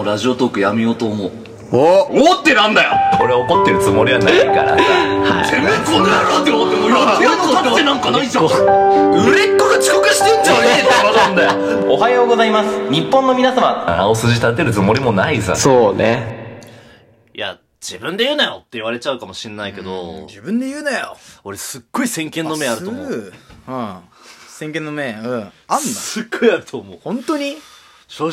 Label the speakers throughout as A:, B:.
A: うラジオトークやめようと思う
B: お
A: おってなんだよ
C: 俺怒ってるつもりはない からさ
A: てめえこの野郎って思ってもうやってやることだってなんかないじゃん売れっ子が遅刻してんじゃねえってバカなんだよ
C: おはようございます日本の皆様青筋立てるつもりもないさ
B: そうね
A: いや自分で言うなよって言われちゃうかもしんないけど
D: 自分で言うなよ
A: 俺すっごい先見の目あると思う
D: すぐうん先見の目うんあんの
A: すっごいあると思う
D: 本当に
A: 正直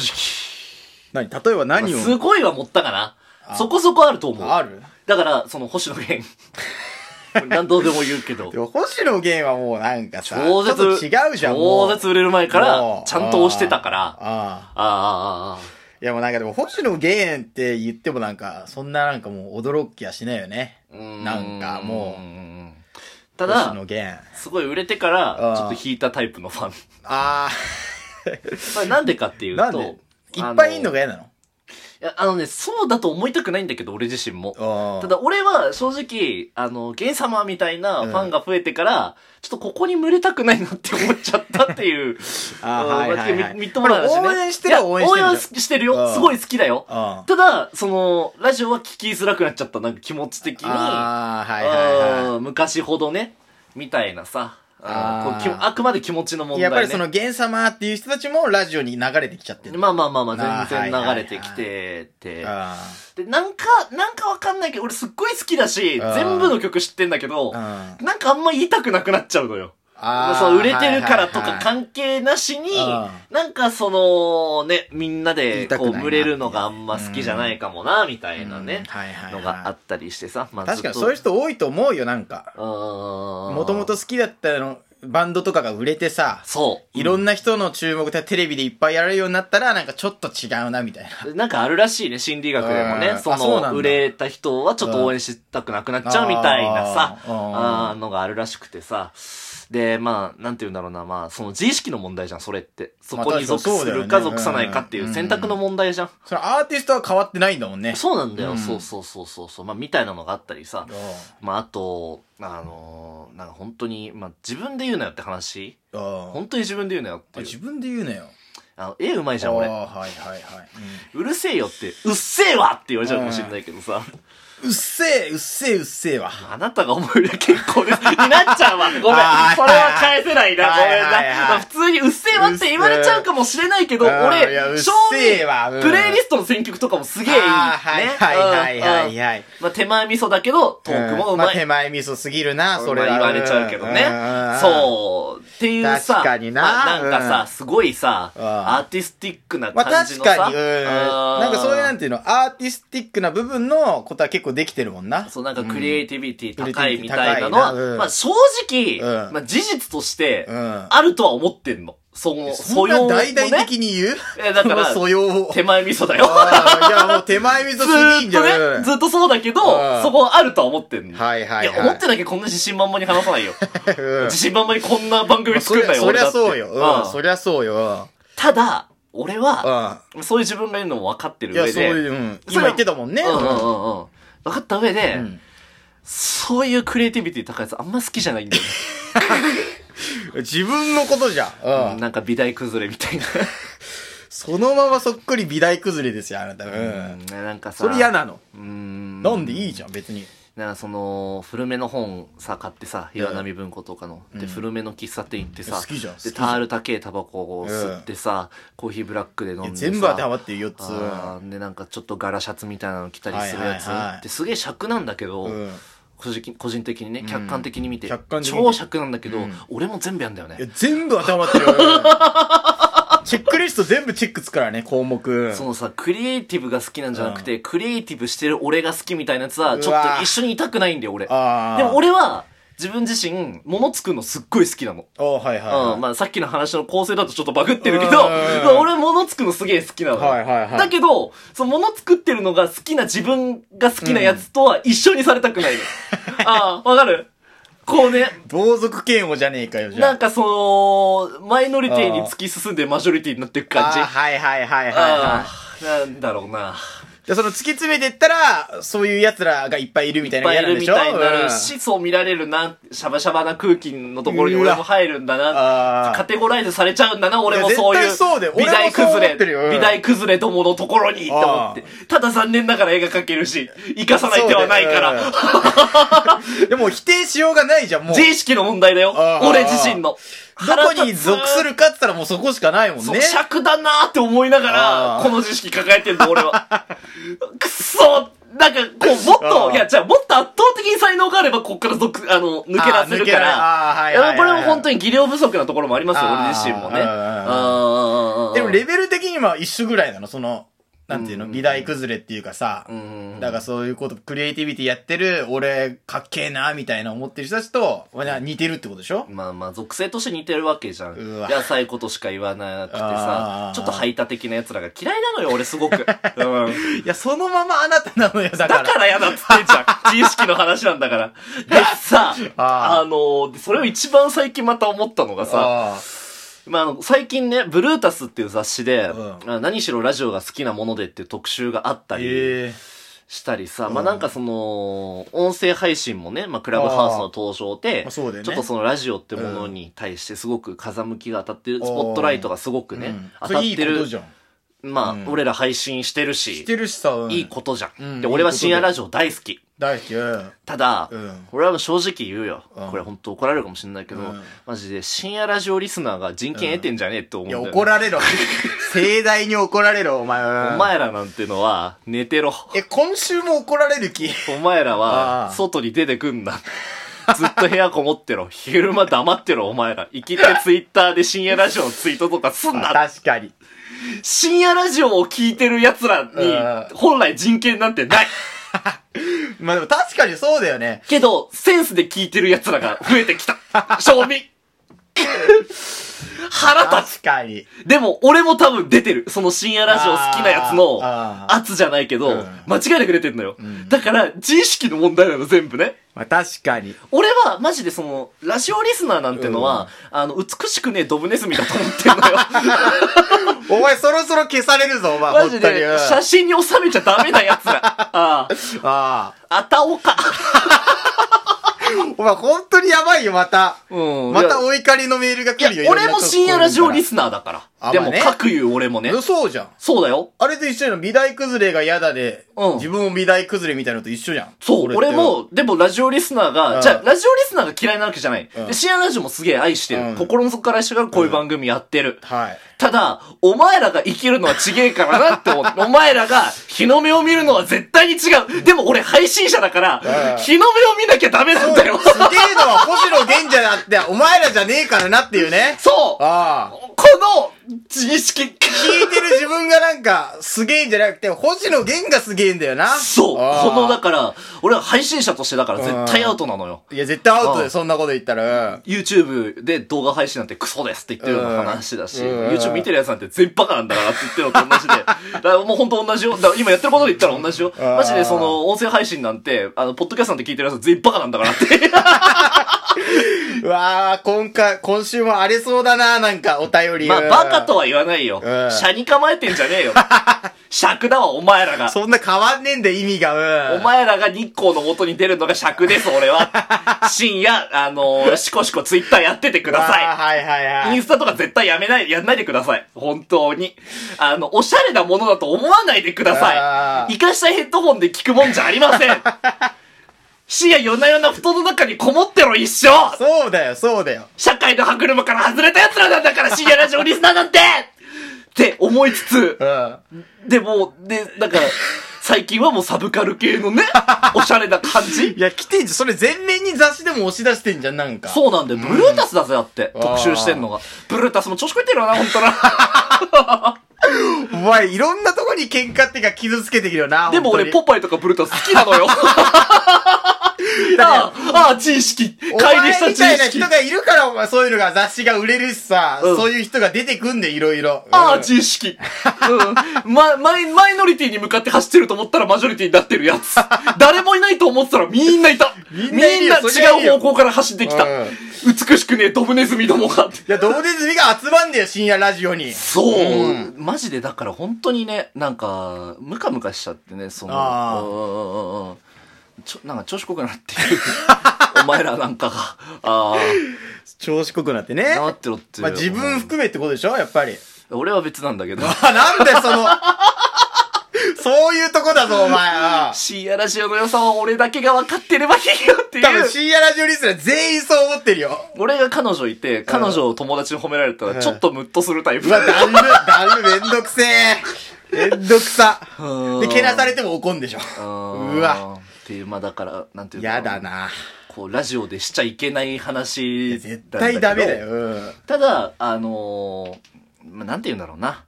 D: 何例えば何を
A: すごいは持ったかなそこそこあると思う
D: ある
A: だからその星野源これ何度でも言う けど
D: でも星野源はもうなんかさ
A: 超絶
D: ちょっと違うじゃんも
A: 超
D: う
A: 絶売れる前から
D: もう
A: ちゃんと押してたからあ
D: ああ
A: あああ
D: いやもうなんかでも星野源って言ってもなんかそんななんかもう驚きやしないよね
A: ああうん
D: なんかもう
A: た
D: 星
A: だ
D: 野源
A: すごい売れてから
D: あー
A: ちょっと引いたタイプのファン
D: あ
A: まあなんでかってい
D: あ
A: う
D: なん
A: と
D: でいっぱいいんの
A: が
D: が嫌なの
A: いやあのねそうだと思いたくないんだけど俺自身も
D: た
A: ただ俺は正直、あの、ゲン様みたいなファンが増えてから、ちょっとここに群れたくないなって思っちゃったっていう。
D: あー
A: うん
D: はいはいはい
A: みみっともない話ね。
D: これ応援してるはい
A: や
D: 応援してるじゃん
A: 応援はしてるよ。
D: うん
A: すごい好きだよ。
D: あ
A: ただ、その、ラジオは聞きづらくなっちゃった。なんか気持ち的に。
D: あーはいはいは
A: うん昔ほどね、みたいなさ。うん
D: あー
A: こうきもあくまで気持ちの問
D: い
A: 題、ね。
D: やっぱりその源様っていう人たちもラジオに流れてきちゃってる、
A: まあまあまあま
D: あ
A: あ、
D: ー
A: 全然流れてき
D: は
A: てて。
D: あ
A: で、なんか、なんかわかんないけど、俺すっごい好きだし、
D: うん
A: 全部の曲知ってんだけど、
D: あ
A: なんかあんま言いたくなくなっちゃうのよ。
D: あー
A: そう売れてるからと
D: はいは
A: か
D: いはい
A: 関係なしに、
D: う
A: なんかそのね、みんな
D: 言
A: で
D: いたく
A: こ
D: な
A: う
D: いな
A: 群れるのがあんま好きじゃないかもな、みたいな
D: うん
A: ね、
D: はいはいはい
A: のがあったりしてさ、まあ、
D: 確かにそういう人多いと思うよなんかも
A: も
D: ともと好きだったのバンドとかが売れてさ
A: そう。
D: いろんな人の注目でテレビでいっぱいやられるようになったらなんかちょっと違うなみ たいな
A: なんかあるらしいね、心理学でも
D: うん
A: ね。そ
D: あそうなん
A: の、
D: だ
A: 売れた人はちょっと応援したくなくなっちゃうみたいなさ、
D: うん
A: あーのがあるらしくてさ。で、まあ、なんて言うんだろうな、まあ、その自意識の問題じゃん、それって。そこに属
D: まあ確かにそう
A: す
D: だよね
A: るか属さないかっていううん選択の問題じゃん。
D: そのアーティストは変わってないんだもんね
A: そうなんだよ、
D: うん
A: そうそうそうそうそう。まあ、みたいなのがあったりさ。
D: う
A: まあ、あと、あのーなんか本当に、まあ、自分で言うなよって話
D: んうん
A: 本当に自分で言うなよっ
D: あ
A: てい
D: 自
A: う。
D: 分で言うなよ
A: あの、絵うまいじ
D: あ
A: ゃん、
D: あ
A: 俺。
D: ーはいはいは
A: うるせえよって、うっせえわって言われちゃうかもしれないけどさ。
D: い、うんうっせえうっせえうっせえわ
A: あなたが思うより結構です。になっちゃ うわ。ごめん。これ
D: あー
A: は返せないな。ご
D: はい
A: め
D: は
A: ん
D: いはい
A: な。まあ普通にうっせえわって言われちゃうかもしれないけど、
D: うんい
A: 俺
D: やうっ、
A: 正
D: せえ
A: 味
D: わうん、
A: プレイリストの選曲とかもすげえいい。ね。
D: あーはいはいはいはいはい
A: うんまあ手前味噌だけど、トークもう
D: まあ
A: まい。
D: 手前味噌すぎるなそれは
A: まあ言われちゃうけどね
D: んんん。
A: そう。っていうさ、
D: 確かにな
A: まあなんか
D: う
A: さ、
D: ん
A: すごいさ、
D: ん
A: アーティスティックな
D: まあ
A: 感じ
D: 確
A: のさ。
D: かに、うん。なんかそういうなん
A: ん
D: ていうの、アーティスティックな部分のことは結構できてるもんな。
A: そう、なんかクリエイティビティ
D: うん
A: 高いみたいなの
D: クリエイティビティ高いなう
A: は、
D: ん
A: まあ正直、
D: うん
A: まあ事実として
D: う、ん。
A: あるとは思ってんの。その、
D: そんな大々的に言う
A: えだから
D: その素養を。
A: 手前味噌だよ。
D: あーいや、もう手前味噌
A: ず
D: すぎ
A: ー
D: ん
A: っ
D: じゃ
A: と
D: ん。
A: ね、ず
D: っ
A: っとそうだけど
D: うん、
A: そこはあるとは思ってんの。
D: はいはいはい
A: や、思ってなきゃこんな自信満々に話さないよ。
D: と。うん
A: 自信満々にこんな番組
D: そ
A: 作
D: り
A: んな
D: ゃ
A: よ、
D: そ
A: 俺
D: り
A: だ
D: ゃ
A: って。
D: そうよ。うん。
A: うん
D: そりゃそうよ。
A: ただ、俺
D: う
A: は、
D: ん。
A: そういう自分がいるのも分かって
D: い
A: る
D: や、
A: 上
D: そう
A: で。
D: いう、うん。
A: そ
D: 今
A: れ
D: 言ってたもんね。
A: うんうんうんうん。分かった上で、
D: うん
A: そういうクリエイティビティ高いやつあんま好きじゃないんだよね。
D: 自分のことじゃん。うん。
A: なんか美大崩れみたいな。
D: そのままそっくり美大崩れですよ、あなた。うん。
A: うんなんかさ。
D: それ嫌なの。
A: うーん。
D: なんでいいじゃん、別に。
A: なんかその古めの本さ買ってさ岩波文庫とかの、で古めの喫茶店行ってさ、
D: 好きじゃん好きじ
A: で
D: ゃん
A: タール高えタバコを吸ってさ、コーヒーブラックで飲ん
D: い
A: で
D: や
A: さ
D: 全部当てはまってる4つ。
A: あーでなんかちょっと柄シャツみたいなの着たりするやつ、
D: はいはいはい
A: ってすげえ尺なんだけど、
D: うん。
A: 個人個人的にね客観的に見て、
D: 客観的に
A: 超尺なんだけど、
D: うん
A: 俺も全部やんだよ
D: いや
A: ね、
D: 全部頭ってる。チェックリスト全部チェックつくからね、項目。
A: そのさクリエイティブが好きなんじゃなくて、クリエイティブしてる俺が好きみたいなやつはちょっと一緒にいたくないんだよ俺
D: ああ。
A: でも、俺は自分自身物作るのすっごい好きなの
D: あはいはいはい。
A: うん、まあさっきの話の構成だとちょっとバグってるけど、
D: うん
A: まあ俺物作るのすげえ好きなのよ。
D: はいはいはい
A: だけど、その物作ってるのが好きな自分が好きなやつとは一緒にされた くないの。ああ、わかるこうね、
D: 同族嫌悪じゃねえかよ、じゃあ。
A: なんかその、マイノリティに突き進んでマジョリティになっていく感じ。
D: あー
A: あ
D: はいはいはいはい、は
A: あ、なんだろうな。
D: で、その突き詰めてったら、そういう奴らがいっぱいいるみた
A: い
D: い
A: っ
D: なの
A: ぱ
D: が
A: いい
D: 嫌なん
A: る
D: でしょ
A: みたいにな
D: うん
A: るし、そう見られるな、シャバシャバな空気のところに俺も入るんだ
D: うわあ
A: な、
D: ー
A: カテゴライズされちゃうんだな、俺も
D: いや
A: そういう。
D: 絶対そうだよ
A: 美大
D: 俺もそう
A: 崩
D: 思
A: れ
D: ってるようん、
A: 美大崩れどものところに、と思って。ただ残念ながら絵が描けるし、生かさない手はないから、
D: うんでも否定しようがないじゃん、もう。
A: 自意識の問題だよ
D: あ、ー
A: 俺自身の。
D: どこに属するかって言ったらもうそこしかないもん
A: そう
D: ね。
A: 尺だなーって思いなが
D: あ
A: ら、
D: ー
A: この知識抱えてるの、俺は。 くっそなんか、こう、もっ
D: あー
A: と、いや、じゃあ、もっと圧倒的に才能があれば、こっからぞく、あの、抜け出せるか
D: あー抜けられあーは
A: ら。
D: いはいはいはい
A: これも本当に技量不足なところもありますよ、
D: あー
A: 俺自身もね。
D: うんうんうん
A: あー
D: でもレベル的には一緒ぐらいなの、その、なんていうの、
A: うん
D: 美大崩れっていうかさ、
A: うん
D: だからそういうこと、クリエイティビティやってる、俺、かっけえな、みたいな思ってる人たちと、まあ似てるってことでしょ
A: まあまあ、属性として似てるわけじゃん。
D: うわ
A: 野菜ことしか言わなくて
D: あー
A: さ、ちょっと排他的な奴らが嫌いなのよ、俺す ごく。うん、だ
D: いや、そのままあなたなのよ、だから。
A: から嫌だっつってんじゃん。自意識の話なん だから。でさ、
D: あ
A: あ
D: ー
A: のーでそれを一番最近また思ったのがさ、
D: あー
A: まあ、あの最近ね、ブルータスっていう雑誌で、
D: うん
A: あ何しろラジオが好きなものでっていう特集があったり
D: ええ
A: したりさ、
D: うん
A: まあなんかその、音声配信もね、まあクラブハウスの登場で、
D: まあそうだよね
A: ちょっとそのラジオってものに対してすごく風向きが当たってる、スポットライトがすごくね、
D: うん
A: 当
D: そ
A: たっ
D: れいい
A: て
D: こと
A: る。
D: じゃん。
A: まあ、
D: うん
A: 俺ら配信してるし、
D: してるしさ、うん
A: いいことじゃん。
D: うん
A: で、
D: いい
A: 俺は
D: こと
A: 深夜ラジオ大好き。
D: 大好き。うん
A: ただ、
D: うん
A: 俺は正直言うよ、
D: うん
A: これ本当怒られるかもしれないけど、
D: うん
A: マジで深夜ラジオリスナーが人権得てんじゃねえって思う
D: い
A: んだ
D: や、
A: よ、ね
D: 怒ら れろ。盛大に怒られろ、お前は。
A: お。前らなんてのは寝てろ
D: え、今週も怒られる気
A: お前ら
D: ああ
A: は外に出てくんなずっと部屋こもってろ昼間黙ってろお前ら生きてツイッターで深夜ラジオのツイートとかすんな
D: 確かに。
A: 深夜ラジオを聞いてる奴ら
D: う
A: に本来人権なんてない
D: まあでも確かにそうだよね。
A: けど、センスで聞いてる奴らが増えてきた。賞味。腹立
D: 確かに。
A: つ。でも、俺も多分出てる。その深夜ラジオ好きなやつの
D: あー
A: 圧じゃないけど
D: うん、
A: 間違いなく出てんのよ。だから、自意識の問題なの、全部ね。
D: まあ確かに。
A: 俺は、マジでその、ラジオリスナーなんてのは、あの、美しくねえドブネズミだと思ってんの よ。
D: お前そろそろ消されるぞ、お前。
A: マジ
D: 本当に
A: で
D: う、ん
A: 写真に収めちゃダメな奴 ら。ああ、
D: あ
A: あたおか。
D: あ。お前本当にやばいよ、また。
A: うん
D: またお怒りのメールが来るよ。いろんな
A: 俺も深夜ラジオリスナーだか
D: あ
A: ら。で
D: まあ
A: も、
D: ね
A: 各言う俺もね。
D: そうじゃん。
A: そうだよ。
D: あれと一緒じゃん。美大崩れが嫌だで、
A: うん
D: 自分も美大崩れみたいなのと一緒じゃん。
A: そう、
D: って
A: 俺。も、でもラジオリスナー
D: うん
A: が、じゃあ、ラジオリスナーが嫌いなわけじゃない。
D: うん
A: で、深夜ラジオもすげえ愛して
D: うん
A: る。心の底から一緒からこういう番組やってる。
D: はい。
A: ただ、お前らが生きるのはちげえからなっ て思って、お前らが日の目を見るのは絶対に違う。でも俺配信者だから、
D: うん
A: 日の目を見なきゃダメなんだよ。
D: すげえのは星野源じゃなくて、お前らじゃねえからなっていうね。
A: そう
D: ああ。
A: この、自意識。
D: 聞いてる自分がなんか、すげえんじゃなくて、星野源がすげえんだよな。
A: そう
D: ああ
A: この、だから、俺は配信者としてだから絶対アウトなのよ。
D: いや、絶対アウト
A: う
D: で、
A: ん
D: そんなこと言ったら。うん。
A: YouTube で動画配信なんてクソですって言ってるのも話だし、
D: うんうん
A: YouTube 見てるやつなんて全員バカなんだからって言ってるのと同 じで、だからもう本当同じよ。だから今やってることで言ったら同じよ。
D: ん
A: マジでその音声配信なんて、あの、ポッドキャストなんて聞いてるやつ全員バカなんだからって。
D: うわー、今回、今週も荒れそうだな、なんか、お便り。
A: まあ
D: うん
A: バカと。は言わないよ。
D: うん
A: 車に構えてんじ ゃねえよ。尺だわ、お前らが。
D: そんな変わんねえんだよ、意味が。うん。
A: お。前らが日光の元に出るのが尺です、俺は。深夜、あのー、しこしこツイッターやっててください。
D: はいはいは
A: イン
D: い。
A: スタとか絶対やめない、やんないでください。本当に。あの、おしゃれなものだと思わないでくだ
D: あ
A: さ
D: ー
A: い。生かしたヘッドホンで聞くもんじゃありません。深夜夜な夜な布団の中にこもってろ一生
D: そうだよ、そうだよ。
A: 社会の歯車から外れた奴らなんだから深夜ラジオリスナーなんてって思いつつ
D: う、ん。
A: でも、で、なんか、最近はもうサブカル系 のね、おしゃれな感じ
D: いや、来てんじゃん。それ全面に雑誌でも押し出してんじゃん、なんか。う。
A: そうなんだよ。ブルータスだぜ、だって。特集してんのが。ブルータスも調子こいてるよな、ほんとな。
D: お前、いろんなとこに喧嘩ってか傷つけてきるよな。
A: でも俺、ポ
D: 本
A: パイとかブルータス好きなのよ。 ああ、ああ、知識。
D: お
A: 乖離
D: 前
A: した
D: みたい
A: 知
D: な
A: 識
D: 人。がいるから、お前そういうのが雑誌が売れるしさ、
A: うん
D: そういう人が出てくんで、いろいろ。
A: ああ、
D: うん
A: 知識。うん。ま、マイ、マイノリティに向かって走ってると思ったらマジョリティになってるや つ。誰もいないと思ってたらみんないた。み
D: み
A: ん
D: んないる
A: な
D: よ
A: 違
D: そりゃいいうよ
A: 方向から走ってきた
D: うん。
A: 美しくねえドブネズミどもが。
D: いや、ドブネズミが集まんねよ、深夜ラジオに。
A: そう、
D: うん
A: マジでだから本当にね、なんか、ムカムカしちゃってね、その、
D: あー
A: うんうんうんうんちょ、なんか調子こくなって る。お前らなんかが、あ
D: 調子こくなって
A: あ、
D: ね。
A: なってろって。
D: まあ、自分含めってことでしょやっぱり。
A: うん俺は別なんだけど。
D: あ、なんでその、 そういうとこだぞ、お前。ああ
A: 深夜ラジオの良さは俺だけが分かってればいいよってい
D: 多分
A: う。
D: 深夜ラジオリスナー全員そう思ってるよ。
A: 俺が彼女いて、彼女を友達に褒められたら、ちょっとムッとするタイプ。
D: うわ、だる、だる、めんどくせえ。めんどくさ。で、けなされても怒んでしょ。
A: うん
D: うわ。
A: っていう、まあだから、なんていうか。
D: やだ。な。
A: こう、ラジオでしちゃいけない話なんだけ
D: 絶
A: ど。
D: 対ダメだよ。うん
A: ただ、あのーまあ、なんて言うんだろうな。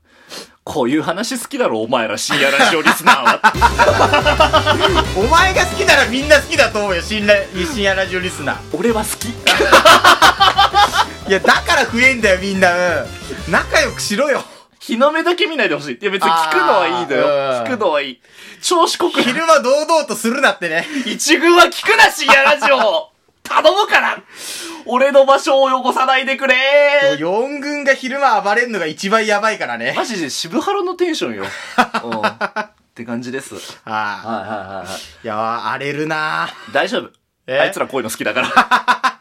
A: こういう話好きだろ、お前ら深夜ラジオリスナー は。
D: お前が好きならみんな好きだと思うよ、深夜、深夜ラジオリスナー。
A: 俺は好き。
D: いや、だから増えんだよ、みんな。うん。仲良くしろよ。
A: 日の目だけ見ないでほしい。いや、別に聞くのはいいのよ
D: あ。ー
A: 聞くのはいい。調子こくな
D: 昼間堂々とするなってね。
A: 一軍は聞くな、深夜ラジ オ頼むから俺の場所を汚さないでくれ
D: 4軍が昼間暴れんのが一番やばいからね。
A: マジで渋ハロのテンション よ。うん。って感じです。はい
D: ああ。
A: はいはいはい。
D: いやー、荒れるな
A: 大丈夫。
D: え
A: あいつらこういうの好きだから。